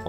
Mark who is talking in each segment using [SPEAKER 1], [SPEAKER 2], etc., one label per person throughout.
[SPEAKER 1] 我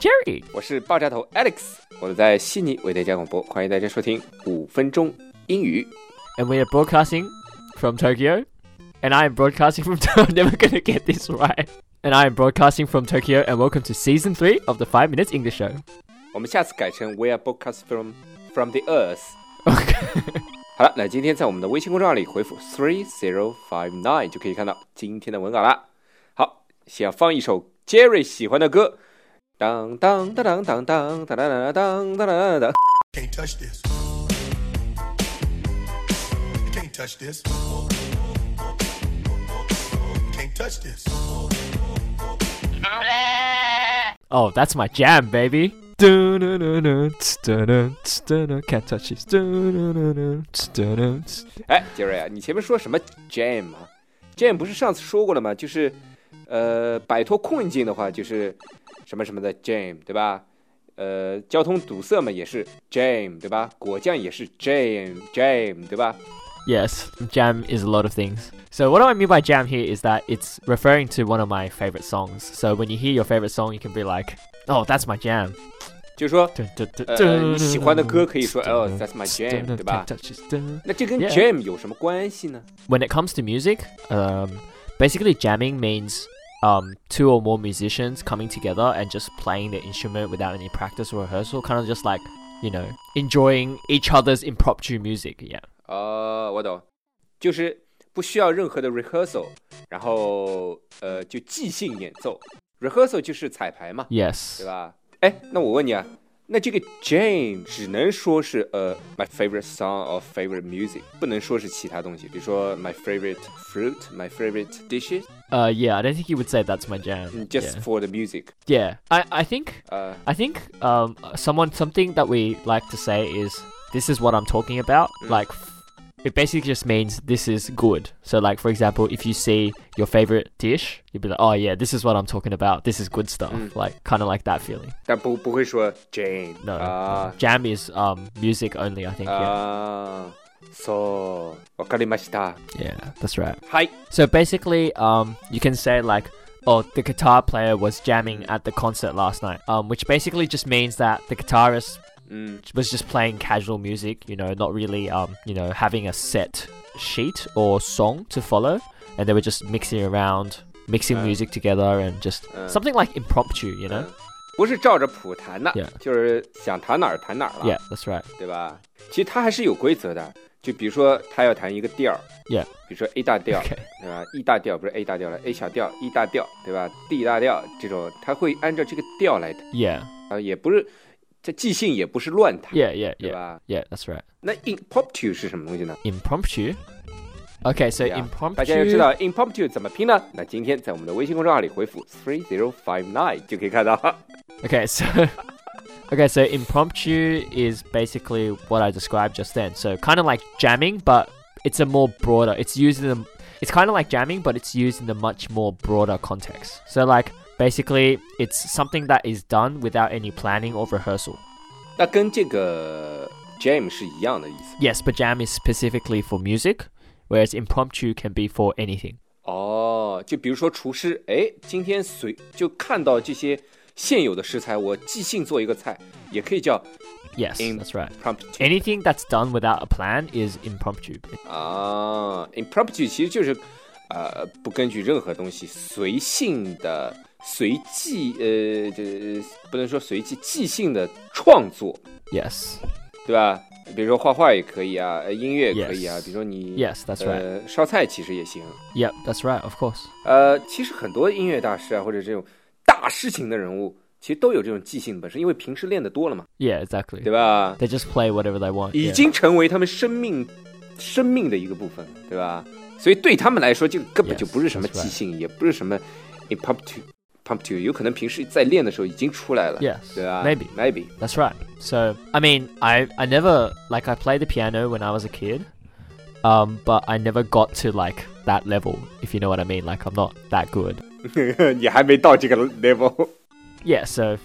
[SPEAKER 2] Jerry。
[SPEAKER 3] 我是爆炸头 Alex，我在悉尼为大家广播，欢迎大家收听五分钟英语。
[SPEAKER 2] And we are broadcasting from Tokyo. And I am broadcasting from I'm never gonna get this right. And I am broadcasting from Tokyo and welcome to season three of the Five Minutes English Show.
[SPEAKER 3] 我们下次改成 We are broadcast from from the Earth。
[SPEAKER 2] OK，
[SPEAKER 3] 好了，那今天在我们的微信公众号里回复 three zero five nine 就可以看到今天的文稿啦。好，先要放一首 Jerry 喜欢的歌，当当当当当当当当当当当当当。
[SPEAKER 4] Can't touch this. You can't touch this. You can't touch this.
[SPEAKER 2] Oh, that's my jam, baby. Dun-dun-dun-dun, dun-dun, dun-dun, Can't touch this. Dun-dun-dun-dun, dun-dun.
[SPEAKER 3] 哎，杰瑞啊，你前面说什么 jam 啊？jam 不是上次说过了吗？就是，呃，摆脱困境的话，就是什么什么的 jam，对吧？呃，交通堵塞嘛，也是 jam，对吧？果酱也是 jam，jam，对吧？
[SPEAKER 2] Yes, jam is a lot of things. So, what do I mean by jam here is that it's referring to one of my favorite songs. So, when you hear your favorite song, you can be like, oh, that's my jam.
[SPEAKER 3] 就是说，
[SPEAKER 2] Dun, dun, dun,
[SPEAKER 3] 呃，
[SPEAKER 2] dun,
[SPEAKER 3] 你喜欢的歌可以说，
[SPEAKER 2] dun,
[SPEAKER 3] 哦，
[SPEAKER 2] dun,
[SPEAKER 3] that's my
[SPEAKER 2] dun,
[SPEAKER 3] jam，
[SPEAKER 2] dun,
[SPEAKER 3] 对吧？
[SPEAKER 2] can't touch this, dun.
[SPEAKER 3] 那这跟
[SPEAKER 2] Yeah
[SPEAKER 3] jam 有什么关系呢？
[SPEAKER 2] When it comes to music, um, basically jamming means um, two or more musicians coming together and just playing the instrument without any practice or rehearsal, kind of just like, you know, enjoying each other's impromptu music. Yeah.
[SPEAKER 3] 哦，我懂，就是不需要任何的 rehearsal，然后呃，就即兴演奏。rehearsal 就是彩排嘛，
[SPEAKER 2] Yes.
[SPEAKER 3] 对吧？哎，那我问你啊，那这个 jam 只能说是呃 my favorite song or favorite music，不能说是其他东西，比如说 my favorite fruit, my favorite dishes,
[SPEAKER 2] Uh, yeah, I don't think you would say that's my jam.
[SPEAKER 3] and just
[SPEAKER 2] yeah.
[SPEAKER 3] for the music。
[SPEAKER 2] yeah. I, I think
[SPEAKER 3] 呃，
[SPEAKER 2] I think um, someone something that we like to say is this is what I'm talking about.
[SPEAKER 3] Mm.
[SPEAKER 2] Like f- it basically just means this is good. So like for example, if you see your favorite dish, you'd be like, oh yeah, this is what I'm talking about. This is good stuff.
[SPEAKER 3] Mm.
[SPEAKER 2] Like kind of like that feeling.
[SPEAKER 3] 但不不会说 jam
[SPEAKER 2] No,
[SPEAKER 3] 啊
[SPEAKER 2] jam is um music only. I think.
[SPEAKER 3] Ah. 啊，so わかりました。
[SPEAKER 2] Yeah. yeah, that's right.
[SPEAKER 3] はい。
[SPEAKER 2] So basically, um, you can say like, "Oh, the guitar player was jamming at the concert last night," um, which basically just means that the guitarist
[SPEAKER 3] 嗯
[SPEAKER 2] was just playing casual music, you know, not really, um, you know, having a set sheet or song to follow, and they were just mixing around, mixing
[SPEAKER 3] Uh.
[SPEAKER 2] music together, and just
[SPEAKER 3] 嗯。
[SPEAKER 2] something like impromptu, you know?
[SPEAKER 3] 嗯不是照着谱弹的
[SPEAKER 2] Yeah
[SPEAKER 3] 就是想弹哪儿弹哪儿了
[SPEAKER 2] Yeah, that's right.
[SPEAKER 3] 对吧？其实它还是有规则的，就比如说他要弹一个调儿
[SPEAKER 2] Yeah
[SPEAKER 3] 比如说 A 大调
[SPEAKER 2] Okay.
[SPEAKER 3] 对吧？E 大调不是 A 大调了，A 小调、E 大调，对吧？D 大调这种，他会按照这个调来弹，
[SPEAKER 2] Yeah,
[SPEAKER 3] 啊，也不是这即兴，也不是乱弹
[SPEAKER 2] yeah, yeah,
[SPEAKER 3] 对
[SPEAKER 2] yeah,
[SPEAKER 3] 吧？
[SPEAKER 2] yeah. That's right.
[SPEAKER 3] 那 impromptu 是什么东西呢？
[SPEAKER 2] Impromptu. Okay, so
[SPEAKER 3] 呀大家要
[SPEAKER 2] impromptu.
[SPEAKER 3] 知道 impromptu 怎么拼呢？那今天在我们的微信公众号里回复 three zero five nine 就可以看到。
[SPEAKER 2] Okay, so okay, so impromptu is basically what I described just then. So kind of like jamming, but it's a more broader. It's used in the, it's kind of like jamming, but it's used in the much more broader context. So like basically, it's something that is done without any planning or rehearsal.
[SPEAKER 3] 那跟这个 jam 是一样的意思。
[SPEAKER 2] Yes, but jam is specifically for music, whereas impromptu can be for anything.
[SPEAKER 3] 哦，就比如说厨师，哎，今天随就看到这些现有的食材，我即兴做一个菜，也可以叫
[SPEAKER 2] Yes,
[SPEAKER 3] Im-
[SPEAKER 2] that's right.
[SPEAKER 3] prompt
[SPEAKER 2] Anything that's done without a plan is impromptu.
[SPEAKER 3] 啊，impromptu 其实就是呃不根据任何东西，随性的、随即呃这不能说随即即兴的创作，
[SPEAKER 2] Yes,
[SPEAKER 3] 对吧？比如说画画也可以啊，呃音乐也可以啊
[SPEAKER 2] Yes.
[SPEAKER 3] 比如说你
[SPEAKER 2] yes, that's right.
[SPEAKER 3] 呃烧菜其实也行，呃
[SPEAKER 2] Yep, that's right. Of course.
[SPEAKER 3] 呃，其实很多音乐大师啊，或者这种大师型的人物，其实都有这种即兴本身，因为平时练的多了嘛，
[SPEAKER 2] Yeah, exactly.
[SPEAKER 3] 对吧？
[SPEAKER 2] They just play whatever they want.
[SPEAKER 3] 已
[SPEAKER 2] yeah.
[SPEAKER 3] 经成为他们生命生命的一个部分，对吧？所以对他们来说，这个根本
[SPEAKER 2] Yes,
[SPEAKER 3] 就不是什么
[SPEAKER 2] that's
[SPEAKER 3] 即
[SPEAKER 2] right.
[SPEAKER 3] 兴也不是什么 impromptu impromptu，有可能平时在练的时候已经出来了
[SPEAKER 2] Yes,
[SPEAKER 3] 对吧
[SPEAKER 2] maybe.
[SPEAKER 3] maybe
[SPEAKER 2] That's right. So, I mean, I, I never, like, I played the piano when I was a kid, um, but I never got to, like, that level, if you know what I mean. Like, I'm not that good.
[SPEAKER 3] 你还没到这个 level，
[SPEAKER 2] Yeah, so,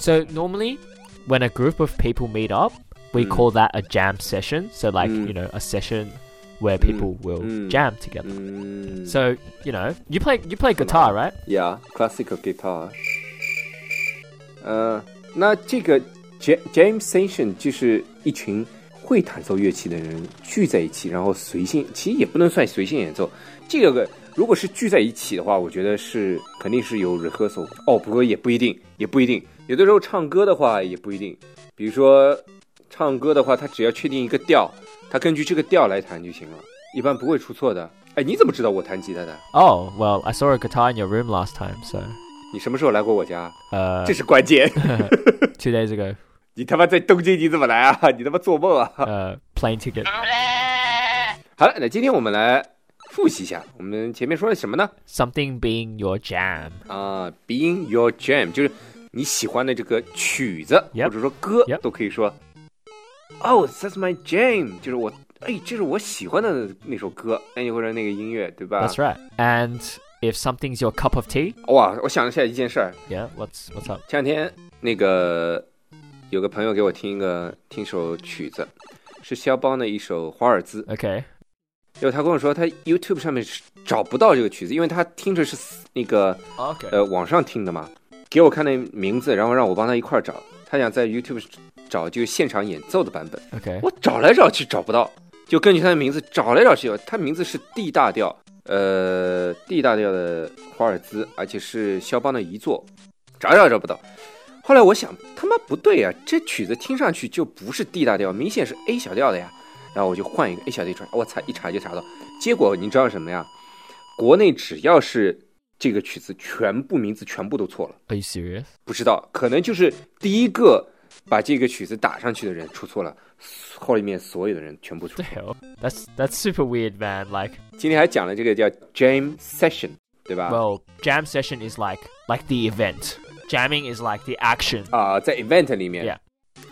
[SPEAKER 2] so normally when a group of people meet up, we
[SPEAKER 3] Mm.
[SPEAKER 2] call that a jam session. So, like,
[SPEAKER 3] Mm.
[SPEAKER 2] you know, a session where people will
[SPEAKER 3] Mm.
[SPEAKER 2] jam together.
[SPEAKER 3] 嗯
[SPEAKER 2] So, you know, you play, you play guitar, right?
[SPEAKER 3] yeah classical guitar，呃，那这个 Ja- jam session 就是一群会弹奏乐器的人聚在一起，然后随性，其实也不能算随性演奏，这个如果是聚在一起的话，我觉得是肯定是有 rehearsal 哦，不过也不一定，也不一定。有的时候唱歌的话也不一定，比如说唱歌的话，他只要确定一个调，他根据这个调来弹就行了，一般不会出错的。哎，你怎么知道我弹吉他的？
[SPEAKER 2] Oh, well, I saw a guitar in your room last time, so,
[SPEAKER 3] 你什么时候来过我家？
[SPEAKER 2] uh,
[SPEAKER 3] 这是关键。
[SPEAKER 2] two days ago,
[SPEAKER 3] 你他妈在东京你怎么来啊？ 你他妈做梦啊！
[SPEAKER 2] uh, plane ticket.
[SPEAKER 3] 好了，那今天我们来复习一下，我们前面说了什么呢？
[SPEAKER 2] something being your jam.
[SPEAKER 3] 啊、b e i n g your jam 就是你喜欢的这个曲子
[SPEAKER 2] Yep.
[SPEAKER 3] 或者说歌
[SPEAKER 2] Yep.
[SPEAKER 3] 都可以说。Oh, that's my jam，就是我，哎，这是我喜欢的那首歌，哎，或者那个音乐，对吧
[SPEAKER 2] That's right. And if something's your cup of tea,
[SPEAKER 3] 哇，我想了下一件事儿，
[SPEAKER 2] yeah, what's what's up?
[SPEAKER 3] 前两天那个有个朋友给我听一个听首曲子，是肖邦的一首《华尔兹》，
[SPEAKER 2] Okay.
[SPEAKER 3] 因为他跟我说他 YouTube 上面是找不到这个曲子，因为他听着是那个
[SPEAKER 2] Okay.
[SPEAKER 3] 呃网上听的嘛，给我看那名字，然后让我帮他一块儿找，他想在 YouTube 找就现场演奏的版本，
[SPEAKER 2] okay.
[SPEAKER 3] 我找来找去找不到，就根据他的名字找来找去，他名字是 D 大调，呃 D 大调的华尔兹，而且是肖邦的遗作，找也找找不到。后来我想，他妈不对啊，这曲子听上去就不是 D 大调，明显是 A 小调的呀。然后我就换一个 A 小调出来，我操，一查就查到。结果你知道什么呀？国内只要是这个曲子，全部名字全部都错了。
[SPEAKER 2] Are you serious?
[SPEAKER 3] 不知道，可能就是第一个把这个曲子打上去的人出错了，后面所有的人全部出
[SPEAKER 2] The
[SPEAKER 3] 错。
[SPEAKER 2] hell? That's that's super weird, man. Like,
[SPEAKER 3] 今天还讲了这个叫 jam session，对吧？
[SPEAKER 2] well, jam session is like like the event. Jamming is like the action.
[SPEAKER 3] 啊、在 event 里面
[SPEAKER 2] Yeah.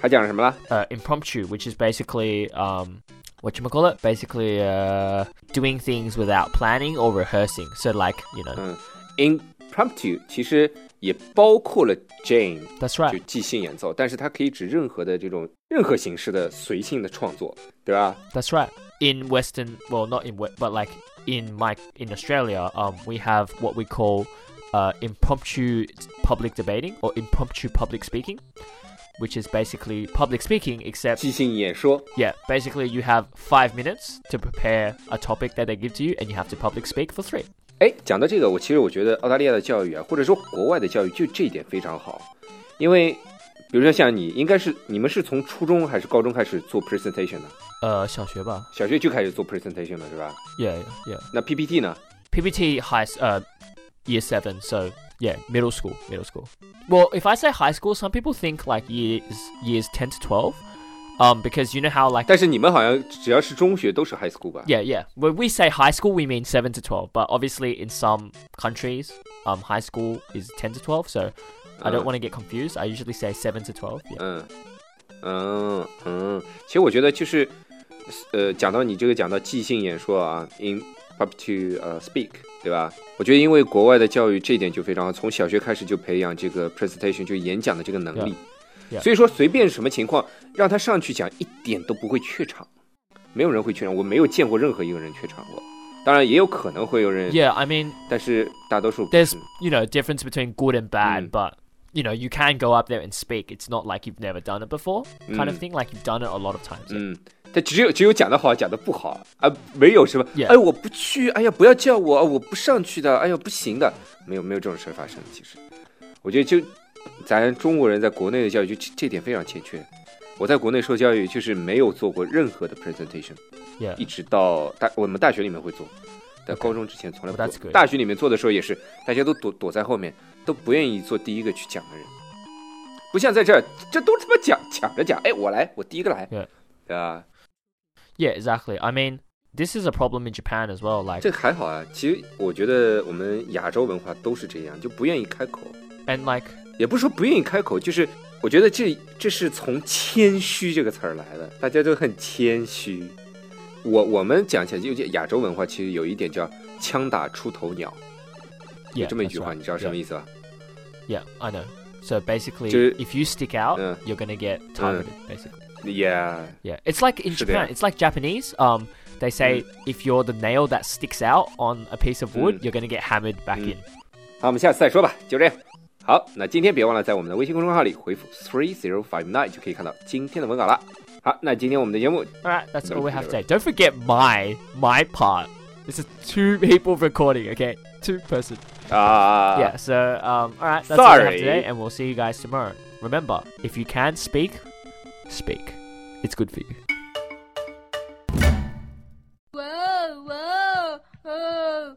[SPEAKER 3] 还讲了什么了？
[SPEAKER 2] Uh, impromptu, which is basically um what you call it? Basically uh doing things without planning or rehearsing. So like, you know.
[SPEAKER 3] 嗯，impromptu 其实也包括了 jam，
[SPEAKER 2] That's
[SPEAKER 3] 就
[SPEAKER 2] right.
[SPEAKER 3] 即兴演奏，但是它可以指任何的这种任何形式的随性的创作，对吧？
[SPEAKER 2] That's right. In Western, well, not in West, but like in my in Australia, um, we have what we call uh, impromptu public debating or impromptu public speaking, which is basically public speaking except
[SPEAKER 3] 即兴演说，
[SPEAKER 2] yeah, basically you have five minutes to prepare a topic that they give to you, and you have to public speak for three.
[SPEAKER 3] 哎，讲到这个，我其实我觉得澳大利亚的教育啊，或者说国外的教育，就这一点非常好，因为比如说像你，应该是你们是从初中还是高中开始做 presentation 的？
[SPEAKER 2] Uh, 小学吧.
[SPEAKER 3] 小学就开始做 presentation 了，是吧？
[SPEAKER 2] Yeah, yeah.
[SPEAKER 3] 那 PPT 呢？
[SPEAKER 2] PBT high s- uh, year seven, so yeah, middle school, middle school. Well, if I say high school, some people think like years years ten to twelve, um, because you know how like
[SPEAKER 3] 但是你们好像只要是中学都是 high school 吧？
[SPEAKER 2] yeah yeah when we say high school we mean seven to twelve, but obviously in some countries, um, high school is ten to twelve, so I don't
[SPEAKER 3] Uh.
[SPEAKER 2] want to get confused. I usually say seven to twelve. Yeah.
[SPEAKER 3] 嗯嗯嗯，其实我觉得就是，呃，讲到你这个讲到即兴演说啊，in up to 呃、speak，对吧？我觉得因为国外的教育这一点就非常好，从小学开始就培养这个 presentation 就演讲的这个能力
[SPEAKER 2] Yeah. Yeah.
[SPEAKER 3] 所以说随便什么情况让他上去讲，一点都不会怯场，没有人会怯场，我没有见过任何一个人怯场过。当然也有可能会有人
[SPEAKER 2] Yeah, I mean,
[SPEAKER 3] 但是大多数
[SPEAKER 2] there's
[SPEAKER 3] 嗯
[SPEAKER 2] you know difference between good and bad,
[SPEAKER 3] Mm.
[SPEAKER 2] but you know you can go up there and speak. It's not like you've never done it before, kind of
[SPEAKER 3] Mm.
[SPEAKER 2] thing. Like you've done it a lot of times. yeah.
[SPEAKER 3] 嗯，他只有只有讲的好，讲的不好啊，没有什么
[SPEAKER 2] Yeah.
[SPEAKER 3] 哎，我不去，哎呀，不要叫我，我不上去的，哎呀，不行的，没有没有这种事儿发生。其实，我觉得就咱中国人在国内的教育就这这点非常欠缺。我在国内受教育就是没有做过任何的 presentation，
[SPEAKER 2] Yeah.
[SPEAKER 3] 一直到大我们大学里面会做，但高中之前从来
[SPEAKER 2] Well,
[SPEAKER 3] 不
[SPEAKER 2] that's
[SPEAKER 3] 做。
[SPEAKER 2] good.
[SPEAKER 3] 大学里面做的时候也是，大家都躲躲在后面，都不愿意做第一个去讲的人，不像在这儿，这都他妈讲抢着讲，哎，我来，我第一个来
[SPEAKER 2] Yeah
[SPEAKER 3] 对吧？
[SPEAKER 2] Yeah, exactly. I mean, this is a problem in Japan as well. Like,
[SPEAKER 3] 这还好啊，其实我觉得我们亚洲文化都是这样，就不愿意开口，
[SPEAKER 2] and like,
[SPEAKER 3] 也不是说不愿意开口，就是我觉得这这是从谦虚这个词儿来的，大家都很谦虚。我我们讲起来，就亚洲文化其实有一点叫“枪打出头鸟”，有
[SPEAKER 2] yeah,
[SPEAKER 3] 这么一
[SPEAKER 2] that's
[SPEAKER 3] 句话，
[SPEAKER 2] right.
[SPEAKER 3] 你知道什么
[SPEAKER 2] yeah,
[SPEAKER 3] 意思吧？
[SPEAKER 2] yeah, I know. So basically,
[SPEAKER 3] 就是-
[SPEAKER 2] if you stick out,
[SPEAKER 3] Yeah.
[SPEAKER 2] you're gonna get targeted. Basically,
[SPEAKER 3] 也、
[SPEAKER 2] yeah. It's like in
[SPEAKER 3] Should
[SPEAKER 2] Japan.
[SPEAKER 3] they-
[SPEAKER 2] It's like Japanese. Um, they say if you're the nail that sticks out on a piece of wood,
[SPEAKER 3] Mm.
[SPEAKER 2] you're gonna get hammered back
[SPEAKER 3] Mm.
[SPEAKER 2] in.
[SPEAKER 3] 好，我们下次再说吧，就这样。好，那今天别忘了在我们的微信公众号里回复 three zero five nine 就可以看到今天的文稿了。好，那今天我们的节目
[SPEAKER 2] All right, that's all we have
[SPEAKER 3] Okay.
[SPEAKER 2] today. Don't forget my my part. This is two people recording. Okay, two person.
[SPEAKER 3] 啊
[SPEAKER 2] yeah. So um, all right,
[SPEAKER 3] Uh,
[SPEAKER 2] that's all we have
[SPEAKER 3] Sorry.
[SPEAKER 2] today, and we'll see you guys tomorrow. Remember, if you can speak, speak. It's good for you.
[SPEAKER 5] Whoa, whoa, oh. whoa.